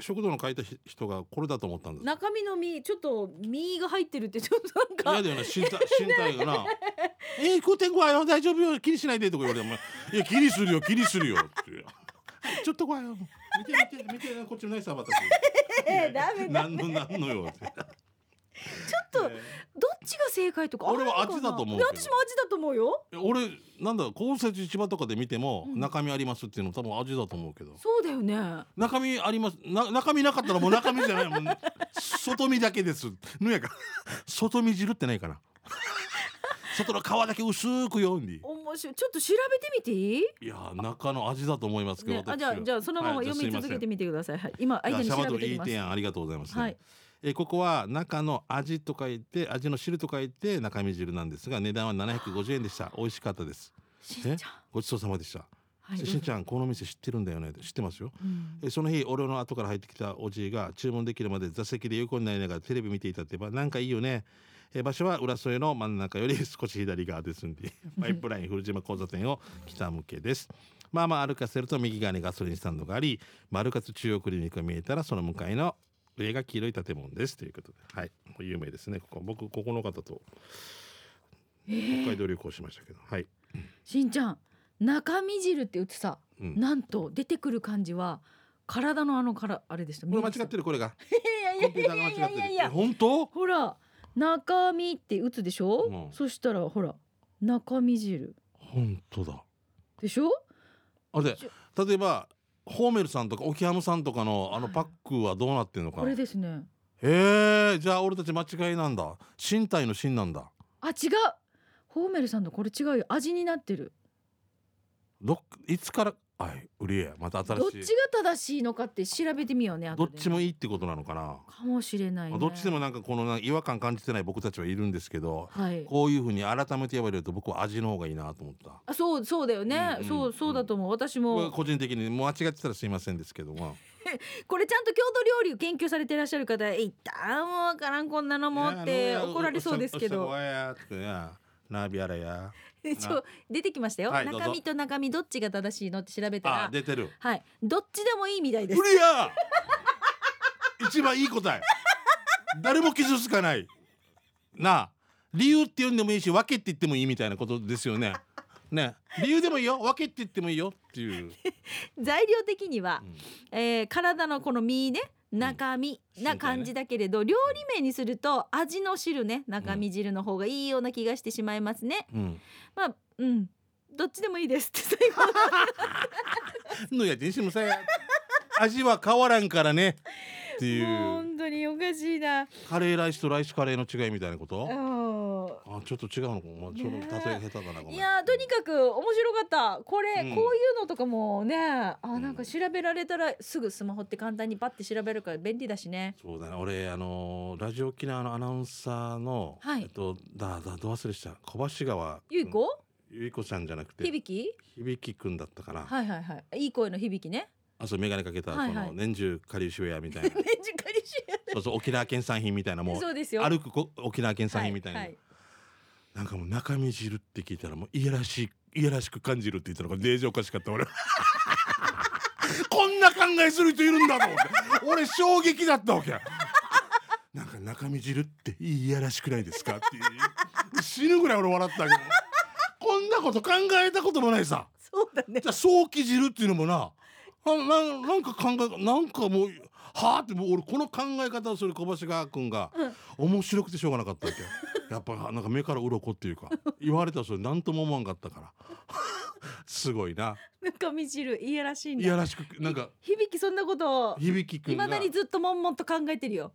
[SPEAKER 2] 食堂の書いたひ人がこれだと思ったんです
[SPEAKER 1] 中身の身ちょっと身が入ってるって ちょっとなんか
[SPEAKER 2] 嫌だよな身体身体がな 「えー、食うてんごわよ大丈夫よ気にしないで」とか言われても「いや気にするよ気にするよ」って 「ちょっと怖いよ見て見て見てこっちのないさばた
[SPEAKER 1] えー ダメだ
[SPEAKER 2] 何の何のよ」ってち
[SPEAKER 1] と
[SPEAKER 2] ょっ
[SPEAKER 1] どっちが正解とかあるのかな
[SPEAKER 2] 俺は味だと思う
[SPEAKER 1] いや
[SPEAKER 2] けど
[SPEAKER 1] 私も味だと思うよ
[SPEAKER 2] 俺なんだ高節市場とかで見ても
[SPEAKER 1] うん
[SPEAKER 2] 中身ありますっていうの多分味だと思うけど
[SPEAKER 1] そうだよね
[SPEAKER 2] 中身ありますな中身なかったらもう中身じゃないもん外身だけですのやか外身汁ってないかな外の皮だけ薄く読んで
[SPEAKER 1] 面白いちょっと調べてみていい、
[SPEAKER 2] いやー中の味だと思いますけど、
[SPEAKER 1] ね、あ
[SPEAKER 2] 私
[SPEAKER 1] じ
[SPEAKER 2] は
[SPEAKER 1] ゃあじゃあそのまま
[SPEAKER 2] はいじゃあ
[SPEAKER 1] 読み続けてみてください、はい、今
[SPEAKER 2] じ
[SPEAKER 1] 間
[SPEAKER 2] ゃあ
[SPEAKER 1] に
[SPEAKER 2] シ
[SPEAKER 1] 調
[SPEAKER 2] ャバド
[SPEAKER 1] べ
[SPEAKER 2] ゥ
[SPEAKER 1] て
[SPEAKER 2] ンい
[SPEAKER 1] み
[SPEAKER 2] い
[SPEAKER 1] ます
[SPEAKER 2] 提案ありがとうございます、ね
[SPEAKER 1] はい
[SPEAKER 2] えーここは中の味と書いて味の汁と書いて中身汁なんですが値段は750円でした美味しかったです
[SPEAKER 1] しんちゃん
[SPEAKER 2] ごちそうさまでした、
[SPEAKER 1] はい
[SPEAKER 2] しんちゃんこの店知ってるんだよね知ってますよ
[SPEAKER 1] うん
[SPEAKER 2] えーその日俺の後から入ってきたおじいが注文できるまで座席で横になりながらテレビ見ていたってばなんかいいよねえー場所は浦添の真ん中より 少し左側です んでパイプライン古島交差点を北向けですまあまあ歩かせると右側にガソリンスタンドがあり丸勝中央クリニックが見えたらその向かいの上が黄色い建物ですということではいもう有名ですねここ僕ここの方と北海道旅行しましたけど、はい、
[SPEAKER 1] しんちゃん中身汁って打つさ
[SPEAKER 2] うん、
[SPEAKER 1] なんと出てくる感じは体のあのからあれでした
[SPEAKER 2] これ間違って
[SPEAKER 1] る
[SPEAKER 2] るこれが
[SPEAKER 1] いやい
[SPEAKER 2] コ
[SPEAKER 1] や
[SPEAKER 2] ンピュ
[SPEAKER 1] い
[SPEAKER 2] ーターが
[SPEAKER 1] やい
[SPEAKER 2] 間
[SPEAKER 1] や
[SPEAKER 2] 違っ
[SPEAKER 1] い
[SPEAKER 2] て
[SPEAKER 1] や
[SPEAKER 2] る
[SPEAKER 1] い
[SPEAKER 2] え
[SPEAKER 1] や
[SPEAKER 2] 本当
[SPEAKER 1] ほら中身って打つでしょ、
[SPEAKER 2] うん
[SPEAKER 1] そしたらほら中身汁
[SPEAKER 2] 本当だ
[SPEAKER 1] でしょ
[SPEAKER 2] あで
[SPEAKER 1] ち
[SPEAKER 2] 例えばホーメルさんとかオキハムさんとかのあの
[SPEAKER 1] はい
[SPEAKER 2] パックはどうなってんのか
[SPEAKER 1] こ
[SPEAKER 2] な
[SPEAKER 1] れ
[SPEAKER 2] へ
[SPEAKER 1] ですね
[SPEAKER 2] えじゃあ俺たち間違いなんだ身体の身なんだ
[SPEAKER 1] あ違うホーメルさんのこれ違うよ味になってる
[SPEAKER 2] どっいつからはい売りえまた
[SPEAKER 1] どっ
[SPEAKER 2] 新
[SPEAKER 1] ち
[SPEAKER 2] しい
[SPEAKER 1] が正しいのかって調べてみようね後
[SPEAKER 2] どっ
[SPEAKER 1] で
[SPEAKER 2] ちもいいってことなのかな、
[SPEAKER 1] かもしれないね
[SPEAKER 2] どっちでもなんかこのなんか違和感感じてない僕たちはいるんですけど
[SPEAKER 1] はい
[SPEAKER 2] こういうふうに改めて言われると僕は味の方がいいなと思った
[SPEAKER 1] あそうそうだよね、
[SPEAKER 2] うんうん
[SPEAKER 1] そうそうだと思う私
[SPEAKER 2] これ
[SPEAKER 1] も
[SPEAKER 2] 個人的にもう間違ってたらすいませんですけども
[SPEAKER 1] これちゃんと郷土料理を研究されてらっしゃる方一旦もわからんこんなのもって怒られそうですけど
[SPEAKER 2] ナビアラや。
[SPEAKER 1] ちょ出てきましたよ、
[SPEAKER 2] はいどう
[SPEAKER 1] 中
[SPEAKER 2] ぞ
[SPEAKER 1] 身と中身どっちが正しいのって調べた
[SPEAKER 2] あ
[SPEAKER 1] ら、
[SPEAKER 2] 出てる。
[SPEAKER 1] はいどっちでもいいみたい です
[SPEAKER 2] 無理や。一番いい答え。誰も傷つかない。なあ、理由って言うんでもいいし、分けって言ってもいいみたいなことですよね。ね、理由でもいいよ、分けって言ってもいいよっていう。
[SPEAKER 1] 材料的には
[SPEAKER 2] う、ん
[SPEAKER 1] えー体のこの身ね中身な感じだけれど、料理名にすると味の汁ね中身汁の方がいいような気がしてしまいますね、
[SPEAKER 2] うん。
[SPEAKER 1] まあうんどっちでもいいですって最後
[SPEAKER 2] のや人生もさや。味は変わらんからね。ってい
[SPEAKER 1] もう
[SPEAKER 2] う。
[SPEAKER 1] 本当におかしいな
[SPEAKER 2] カレーライスとライスカレーの違いみたいなこと。
[SPEAKER 1] うん
[SPEAKER 2] あ、ちょっと違うのか、まあ、ちょっ
[SPEAKER 1] ね
[SPEAKER 2] と例え下手だな。ごめん
[SPEAKER 1] いやーとにかく面白かったこれ、
[SPEAKER 2] うん
[SPEAKER 1] こういうのとかもねあ
[SPEAKER 2] ん
[SPEAKER 1] なんか調べられたらすぐスマホって簡単にパッて調べるから便利だしね
[SPEAKER 2] そうだね。俺あのーラジオ沖縄のアナウンサーの、
[SPEAKER 1] はい
[SPEAKER 2] えっとだだど忘れした小橋川
[SPEAKER 1] ゆい
[SPEAKER 2] うん
[SPEAKER 1] こ、
[SPEAKER 2] ゆいこちゃんじゃなくて
[SPEAKER 1] 響き
[SPEAKER 2] 響くんだったかな。
[SPEAKER 1] はいはいはいいい声の響きね
[SPEAKER 2] あそう眼鏡かけたこ
[SPEAKER 1] はいはい
[SPEAKER 2] の年中かりゅうしウェアみたいな。
[SPEAKER 1] 年中かりし
[SPEAKER 2] そうそう沖縄県産品みたいなも う
[SPEAKER 1] そうですよ
[SPEAKER 2] 歩くこ沖縄県産品みたいな、
[SPEAKER 1] はは
[SPEAKER 2] なんかもう中身汁って聞いたらもういやらしい。いやらしく感じるって言ったのがデージおかしかった俺 こんな考えする人いるんだと思って俺衝撃だったわけなんか中身汁っていやらしくないですかっていう死ぬぐらい俺笑ったけどこんなこと考えたこともないさ
[SPEAKER 1] そうだね
[SPEAKER 2] じゃあ早期汁っていうのもなあなんなんか考えなんかもうはあってもう俺この考え方をする小橋川君が面白くてしょうがなかったわけ やっぱなんか目から鱗っていうか言われたらそれ何とも思わんかったから すごいな
[SPEAKER 1] 中身汁いやらしいん
[SPEAKER 2] い
[SPEAKER 1] だ
[SPEAKER 2] やらしくなんか
[SPEAKER 1] 響きそんなことを
[SPEAKER 2] 響
[SPEAKER 1] い
[SPEAKER 2] 君
[SPEAKER 1] まだ
[SPEAKER 2] が
[SPEAKER 1] にずっと悶々と考えてるよ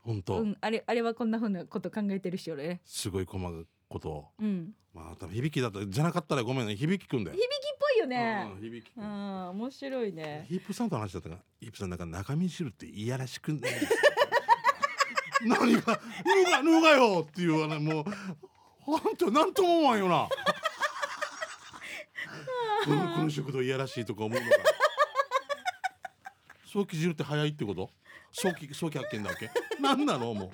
[SPEAKER 2] 本
[SPEAKER 1] う
[SPEAKER 2] 当
[SPEAKER 1] んあれあれはこんなふうなこと考えてるし俺ね
[SPEAKER 2] すごい細かいことを
[SPEAKER 1] うん
[SPEAKER 2] まあ多分響だったじゃなかったらごめんね響君だよ
[SPEAKER 1] 響きっぽいよね
[SPEAKER 2] うん響
[SPEAKER 1] う
[SPEAKER 2] 君
[SPEAKER 1] ん面白いね
[SPEAKER 2] ヒープさんと話だったかヒープさんなんか中身汁っていやらしくない 何が「ぬがぬがよ」っていうねもう本当なんとも思わん よなうんこの食堂いやらしいとか思うのか早期汁って早いってこと早期早期発見だわけなんなのもう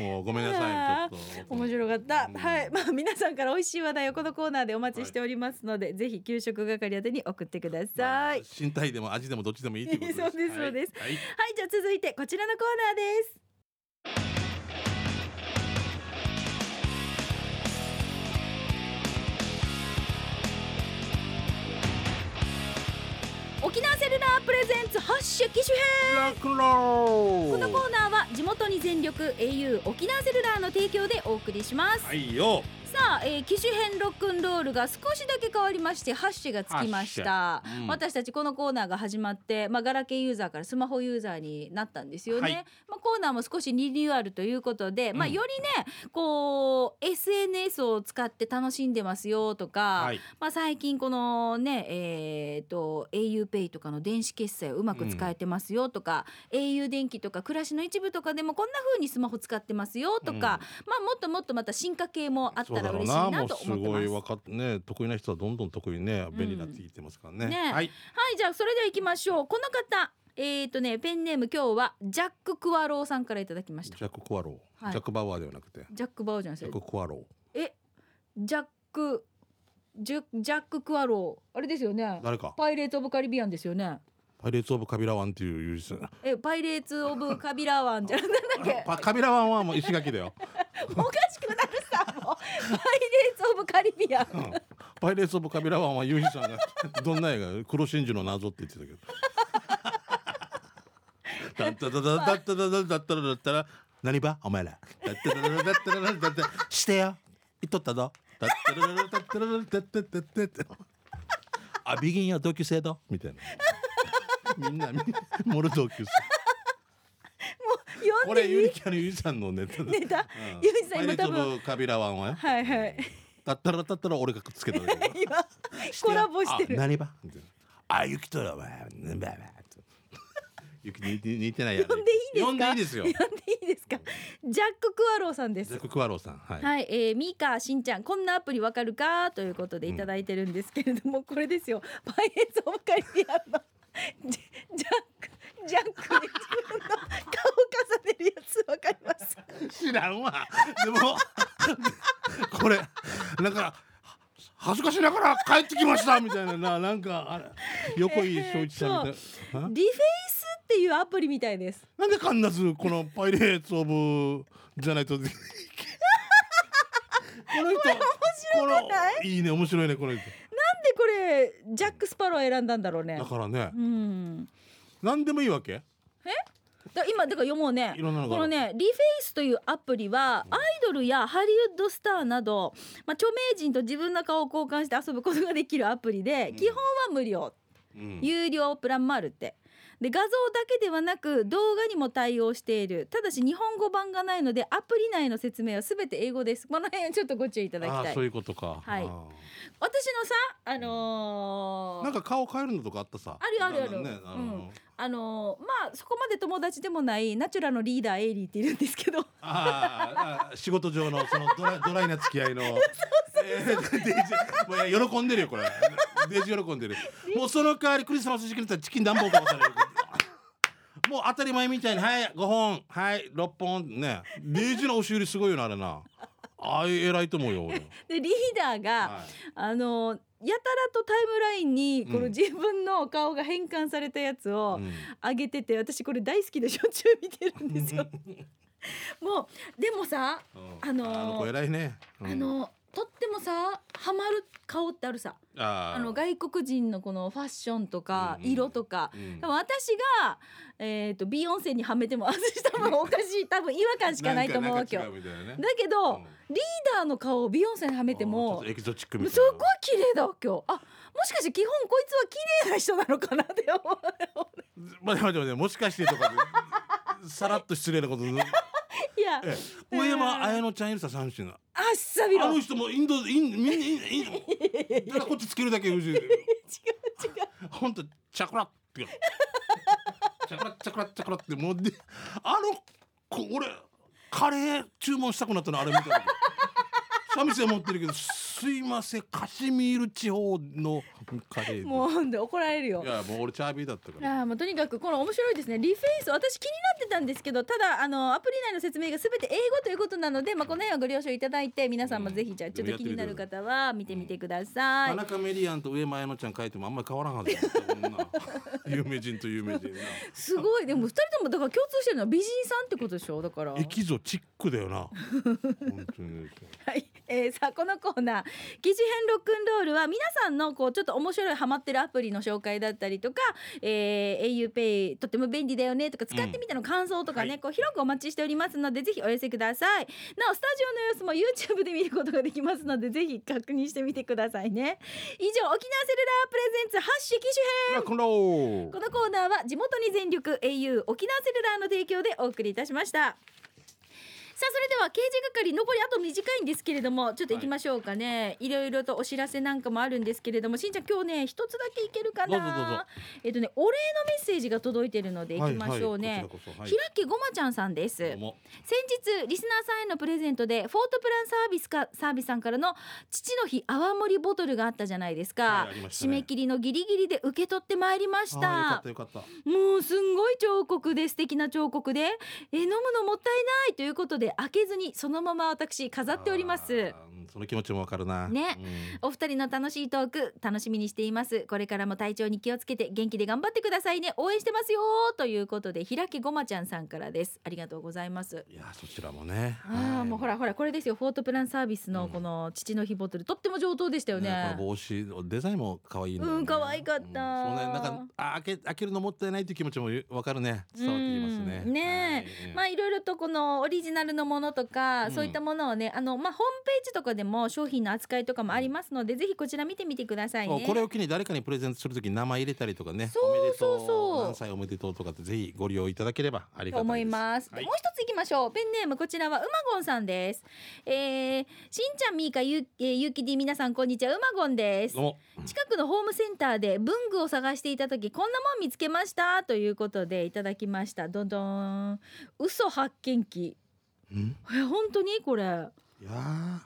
[SPEAKER 2] もうごめんなさいちょっと
[SPEAKER 1] 面白かった、
[SPEAKER 2] うん
[SPEAKER 1] はい、まあ皆さんから美味しい話題をこのコーナーでお待ちしておりますので、ぜひ給食係宛てに送ってください、
[SPEAKER 2] 身体でも味でもどっちでもいいってことです
[SPEAKER 1] そうですそうです
[SPEAKER 2] はいはい
[SPEAKER 1] はいじゃあ続いてこちらのコーナーです沖縄セルラープレゼンツ発射機種編
[SPEAKER 2] ラクロ
[SPEAKER 1] このコーナーは地元に全力 au 沖縄セルラーの提供でお送りします、
[SPEAKER 2] はいよ
[SPEAKER 1] さあ、えー、機種編ロックンロールが少しだけ変わりましてハッシュがつきました
[SPEAKER 2] ハ、ッシュうん
[SPEAKER 1] 私たちこのコーナーが始まって、まあ、ガラケーユーザーからスマホユーザーになったんですよね、
[SPEAKER 2] はい
[SPEAKER 1] まあ、コーナーも少しリニューアルということで、まあ、
[SPEAKER 2] うん
[SPEAKER 1] よりねこう SNS を使って楽しんでますよとか、
[SPEAKER 2] はい
[SPEAKER 1] まあ、最近このねえー、と auPay とかの電子決済をうまく使えてますよとか、au 電気とか暮らしの一部とかでもこんな風にスマホ使ってますよとか、
[SPEAKER 2] うん
[SPEAKER 1] まあもっともっとまた進化系もあった
[SPEAKER 2] そうだ
[SPEAKER 1] ら
[SPEAKER 2] ろ
[SPEAKER 1] 嬉
[SPEAKER 2] う
[SPEAKER 1] しい
[SPEAKER 2] な、も
[SPEAKER 1] な
[SPEAKER 2] う
[SPEAKER 1] と
[SPEAKER 2] す
[SPEAKER 1] 思ってま
[SPEAKER 2] ご
[SPEAKER 1] す。
[SPEAKER 2] い分かっね、得意な人はどんどん得意ね、便利になっていってますからね。
[SPEAKER 1] うんね
[SPEAKER 2] はい、
[SPEAKER 1] はいじゃあそれでは行きましょうこの方えー、とねペンネーム今日はジャック・クワローさんからいただきま
[SPEAKER 2] ジ
[SPEAKER 1] した
[SPEAKER 2] ャックコアロー、
[SPEAKER 1] はい
[SPEAKER 2] ジャックバウアーではなくて、
[SPEAKER 1] ジャック・バオじゃない
[SPEAKER 2] ジ
[SPEAKER 1] で
[SPEAKER 2] ャッ
[SPEAKER 1] すか
[SPEAKER 2] クコアロ
[SPEAKER 1] えジャックジャジャック・クワローあれですよね
[SPEAKER 2] ー。誰か、
[SPEAKER 1] パイレーツ・オブ・カリビアンですよね
[SPEAKER 2] パイレーツオブカビラワンっていう友人。
[SPEAKER 1] えパイレーツ・オブ・カビラワンじゃなんだっけ
[SPEAKER 2] パカビラワンはもう石垣だよ。
[SPEAKER 1] おかしくなるさもうパイレーツ・オブ・カリビアン
[SPEAKER 2] うんパイレーツオブカビラワンは友人さんがどんな映画、黒真珠の謎って言ってたけど。だっただだだっただだだったらだったら何ばお前ら。だっただだだったらだったらだったらしてよ。言っとったぞ。だったらだだだったらだったらだったらだったらあビギンや同級生だみたいな。みんなみんなモル同級生。
[SPEAKER 1] 読
[SPEAKER 2] こ
[SPEAKER 1] んで
[SPEAKER 2] れ
[SPEAKER 1] い
[SPEAKER 2] ユ
[SPEAKER 1] い
[SPEAKER 2] リキャのユリさんのネタだ。
[SPEAKER 1] ネタ
[SPEAKER 2] うん
[SPEAKER 1] ユリさん
[SPEAKER 2] パイ
[SPEAKER 1] 今
[SPEAKER 2] レーツ
[SPEAKER 1] 多
[SPEAKER 2] オ
[SPEAKER 1] 分
[SPEAKER 2] ブカビラワンはよ。
[SPEAKER 1] はいはい
[SPEAKER 2] だったらだったら俺がくっつけただけ。
[SPEAKER 1] 今コラボして
[SPEAKER 2] あ
[SPEAKER 1] る
[SPEAKER 2] 何ばみたいなあ、雪とだわ。なん だわ。雪に似似てないやつ。
[SPEAKER 1] 呼んでいいですか
[SPEAKER 2] 呼んでいいですよ。
[SPEAKER 1] 読んでいいですかジャック・クワローさんで
[SPEAKER 2] ジ
[SPEAKER 1] す
[SPEAKER 2] ャッククワローさん。はい。
[SPEAKER 1] はい、えー、ミカしんちゃんこんなアプリわかるかということでいただいてるんですけれども、これですよパイレーツ・オブ・カリビアンのジャジャック
[SPEAKER 2] らんわでも これなんかは恥ずかしながら帰ってきましたみたいなななんかあれ横井翔一さんみたいな、
[SPEAKER 1] リフェイスっていうアプリみたいです。
[SPEAKER 2] なんでカンナズこのパイレーツオブじゃな いとこの人このいいね面白いねこの人
[SPEAKER 1] なんでこれジャックスパロー選んだんだろうね
[SPEAKER 2] だ。からね
[SPEAKER 1] うん。
[SPEAKER 2] 何でもいいわけ
[SPEAKER 1] だから今だから読もうね
[SPEAKER 2] い。ろんなのが
[SPEAKER 1] この
[SPEAKER 2] ある
[SPEAKER 1] ねリフェイスというアプリはアイドルやハリウッドスターなど、まあ、著名人と自分の顔を交換して遊ぶことができるアプリで
[SPEAKER 2] ん
[SPEAKER 1] 基本は無料、
[SPEAKER 2] うん
[SPEAKER 1] 有料プランもあるって。で画像だけではなく動画にも対応しているただし日本語版がないのでアプリ内の説明は全て英語ですこの辺ちょっとご注意いただき
[SPEAKER 2] あ
[SPEAKER 1] たい私
[SPEAKER 2] あ
[SPEAKER 1] の
[SPEAKER 2] そういうことか、
[SPEAKER 1] はい
[SPEAKER 2] あー
[SPEAKER 1] さあのー
[SPEAKER 2] なんか顔変えるのとかあったさ
[SPEAKER 1] あるよあるよあるよ
[SPEAKER 2] ねあの
[SPEAKER 1] うんあのーまあそこまで友達でもないナチュラのリーダーエイリーっているんですけど
[SPEAKER 2] あーあー仕事上のそのドラドライな付き合 いのえーデイジもう喜んでるよこれデイジ喜んでるもうその代わりクリスマス時期になったらチキン暖房かもされるもう当たり前みたいに「はい5本はい6本」ねデイジの押し売りすごいよなあれなああ偉いと思うよ俺、
[SPEAKER 1] でリーダーが、
[SPEAKER 2] はい
[SPEAKER 1] あのやたらとタイムラインにこの
[SPEAKER 2] うん
[SPEAKER 1] 自分の顔が変換されたやつを
[SPEAKER 2] うん
[SPEAKER 1] 上げてて、私これ大好きでしょっち ゅう見てるんですよ。 もうでもさ、
[SPEAKER 2] うん
[SPEAKER 1] あのー
[SPEAKER 2] あの子偉いね、うん
[SPEAKER 1] あのとってもさハマる顔ってあるさ
[SPEAKER 2] あー
[SPEAKER 1] あの外国人のこのファッションとか
[SPEAKER 2] うんうん
[SPEAKER 1] 色とか。
[SPEAKER 2] うん
[SPEAKER 1] 多分私が、えー、とビヨンセにはめても 外したのがおかしい多分違和感しかないと思うわけよ。
[SPEAKER 2] なんかなんか違うみたいなね
[SPEAKER 1] だけど、
[SPEAKER 2] うん
[SPEAKER 1] リーダーの顔をビヨンセにはめて
[SPEAKER 2] あーちょ
[SPEAKER 1] も
[SPEAKER 2] っとエキゾチックみたい
[SPEAKER 1] そ
[SPEAKER 2] な
[SPEAKER 1] こは綺麗だわ今日あもしかして基本こいつは綺麗な人なのかなって思う
[SPEAKER 2] 待って待って待ってもしかしてとかでさらっと失礼なことで
[SPEAKER 1] いや
[SPEAKER 2] ええ上山綾乃ちゃんいるさ三種の
[SPEAKER 1] あっさびろ
[SPEAKER 2] あ
[SPEAKER 1] 違う
[SPEAKER 2] の人もインドインみんなインインただこっちつけるだけ宇で
[SPEAKER 1] 違う
[SPEAKER 2] ほんとチャクラってよチャクラチャクラチャクラってもうであのこ俺カレー注文したくなったのあれ見た時サミスは持ってるけどすいませんカシミール地方のカレーで
[SPEAKER 1] もうほんで怒られるよ
[SPEAKER 2] いやもう俺チャービーだったから
[SPEAKER 1] ああもうとにかくこの面白いですねリフェイス私気になってたんですけどただあのアプリ内の説明が全て英語ということなので、まあ、この辺はご了承いただいて皆さんもぜひじゃあちょっと気になる方は見てみてください、
[SPEAKER 2] 田中メリアンと上前のちゃん書いてもあんまり変わらんはずだ よこんな有名人と有名人な
[SPEAKER 1] すごいでも二人ともだから共通してるのは美人さんってことでしょだから
[SPEAKER 2] エキゾチックだよな本当に
[SPEAKER 1] はい、えー、さあこのコーナー「記事編ロックンロール」は皆さんのこうちょっと面白いハマってるアプリの紹介だったりとか、えー、auPay とっても便利だよねとか使ってみたの感想とかね、
[SPEAKER 2] うんはい
[SPEAKER 1] こう広くお待ちしておりますのでぜひお寄せくださいなおスタジオの様子も YouTube で見ることができますのでぜひ確認してみてくださいね以上沖縄セルラープレゼンツハッシュ機種編
[SPEAKER 2] まあこの
[SPEAKER 1] このコーナーは地元に全力 au 沖縄セルラーの提供でお送りいたしましたさあそれでは刑事係残りあと短いんですけれどもちょっと行きましょうかね、い、ろいろとお知らせなんかもあるんですけれどもしんちゃん今日ね一つだけいけるかな
[SPEAKER 2] どうぞどうぞ
[SPEAKER 1] えっとねお礼のメッセージが届いてるので行きましょうね、
[SPEAKER 2] はいはい、こちらこそはい
[SPEAKER 1] ひらきごまちゃんさんです
[SPEAKER 2] どうも
[SPEAKER 1] 先日リスナーさんへのプレゼントでフォートプランサービスかサービスさんからの父の日泡盛りボトルがあったじゃないですか、
[SPEAKER 2] はいありました
[SPEAKER 1] 締
[SPEAKER 2] ね
[SPEAKER 1] め切りのギリギリで受け取ってまいりまし
[SPEAKER 2] あーよかったたよかった
[SPEAKER 1] もうすんごい彫刻で素敵な彫刻でえ飲むのもったいないということで開けずにそのまま私飾っておりま
[SPEAKER 2] あ
[SPEAKER 1] す
[SPEAKER 2] ーうんその気持ちもわかるな
[SPEAKER 1] ね
[SPEAKER 2] うん
[SPEAKER 1] お二人の楽しいトーク楽しみにしていますこれからも体調に気をつけて元気で頑張ってくださいね応援してますよということで平木ごまちゃんさんからですありがとうございます
[SPEAKER 2] いやそちらもね
[SPEAKER 1] あ
[SPEAKER 2] は
[SPEAKER 1] あ
[SPEAKER 2] い
[SPEAKER 1] もうほらほらこれですよフォートプランサービスの
[SPEAKER 2] うん
[SPEAKER 1] この父の日ボトルとっても上等でしたよ
[SPEAKER 2] ね
[SPEAKER 1] ね
[SPEAKER 2] この帽子デザインも可愛いんだよね
[SPEAKER 1] うん可愛かった
[SPEAKER 2] うんそうねなんかあ開け開けるのもったいないという気持ちもわかるね伝わってきますね
[SPEAKER 1] うんね
[SPEAKER 2] はい
[SPEAKER 1] まあいろいろとこのオリジナルのものとか、
[SPEAKER 2] うん
[SPEAKER 1] そういったものをねあのまあホームページとかでも商品の扱いとかもありますので、ぜひこちら見てみてください
[SPEAKER 2] そう
[SPEAKER 1] ね。
[SPEAKER 2] これを機に誰かにプレゼントするときに名前入れたりとかね
[SPEAKER 1] そう
[SPEAKER 2] おめでと
[SPEAKER 1] そうそう
[SPEAKER 2] 何歳おめでとうとかってぜひご利用いただければありが
[SPEAKER 1] と
[SPEAKER 2] た
[SPEAKER 1] 思い
[SPEAKER 2] いです
[SPEAKER 1] ます、
[SPEAKER 2] はい
[SPEAKER 1] もう一ついきましょうペンネームこちらはうまごんさんですえー、しんちゃんみーかゆ,、えー、ゆうきり皆さんこんにちはうまごんです
[SPEAKER 2] どうも
[SPEAKER 1] 近くのホームセンターで文具を探していた時こんなもん見つけましたということでいただきましたどんどん嘘発見器
[SPEAKER 2] ん
[SPEAKER 1] え本当にこれ
[SPEAKER 2] いやー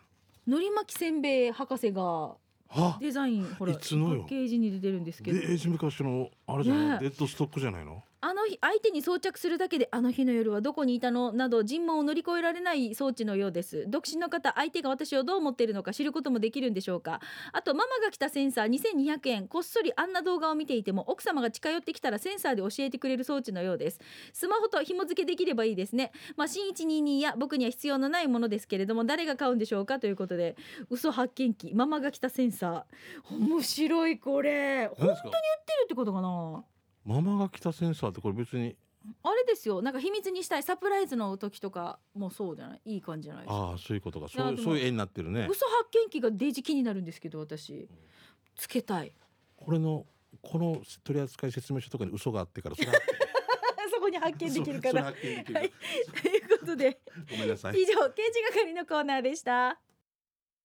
[SPEAKER 1] のり巻きせんべい博士が
[SPEAKER 2] あ
[SPEAKER 1] デザインほら
[SPEAKER 2] いつのよ
[SPEAKER 1] パッケージに出てるんですけ
[SPEAKER 2] で
[SPEAKER 1] ど
[SPEAKER 2] エイジ昔のあれじゃない、
[SPEAKER 1] ね
[SPEAKER 2] デッドストックじゃないの
[SPEAKER 1] あの日相手に装着するだけであの日の夜はどこにいたのなど尋問を乗り越えられない装置のようです独身の方相手が私をどう思っているのか知ることもできるんでしょうかあとママが来たセンサー2200円こっそりあんな動画を見ていても奥様が近寄ってきたらセンサーで教えてくれる装置のようですスマホと紐付けできればいいですねまあ新122や僕には必要のないものですけれども誰が買うんでしょうかということで嘘発見器ママが来たセンサー面白いこれ本当に売っ
[SPEAKER 2] 何ですか
[SPEAKER 1] てるってことかな
[SPEAKER 2] ママが来たセンサーってこれ別に
[SPEAKER 1] あれですよなんか秘密にしたいサプライズの時とかもそうじゃないいい感じじゃないですか
[SPEAKER 2] ああそういうことか
[SPEAKER 1] い
[SPEAKER 2] そ
[SPEAKER 1] や
[SPEAKER 2] う
[SPEAKER 1] でも
[SPEAKER 2] そういう絵になってるね
[SPEAKER 1] 嘘発見器がデージ気になるんですけど私つけたい
[SPEAKER 2] これのこの取扱説明書とかに嘘があってからそれは
[SPEAKER 1] そこに発見できるか
[SPEAKER 2] それ
[SPEAKER 1] ら
[SPEAKER 2] 発見できるか
[SPEAKER 1] はいということで
[SPEAKER 2] らごめんなさい
[SPEAKER 1] 以上刑事係のコーナーでした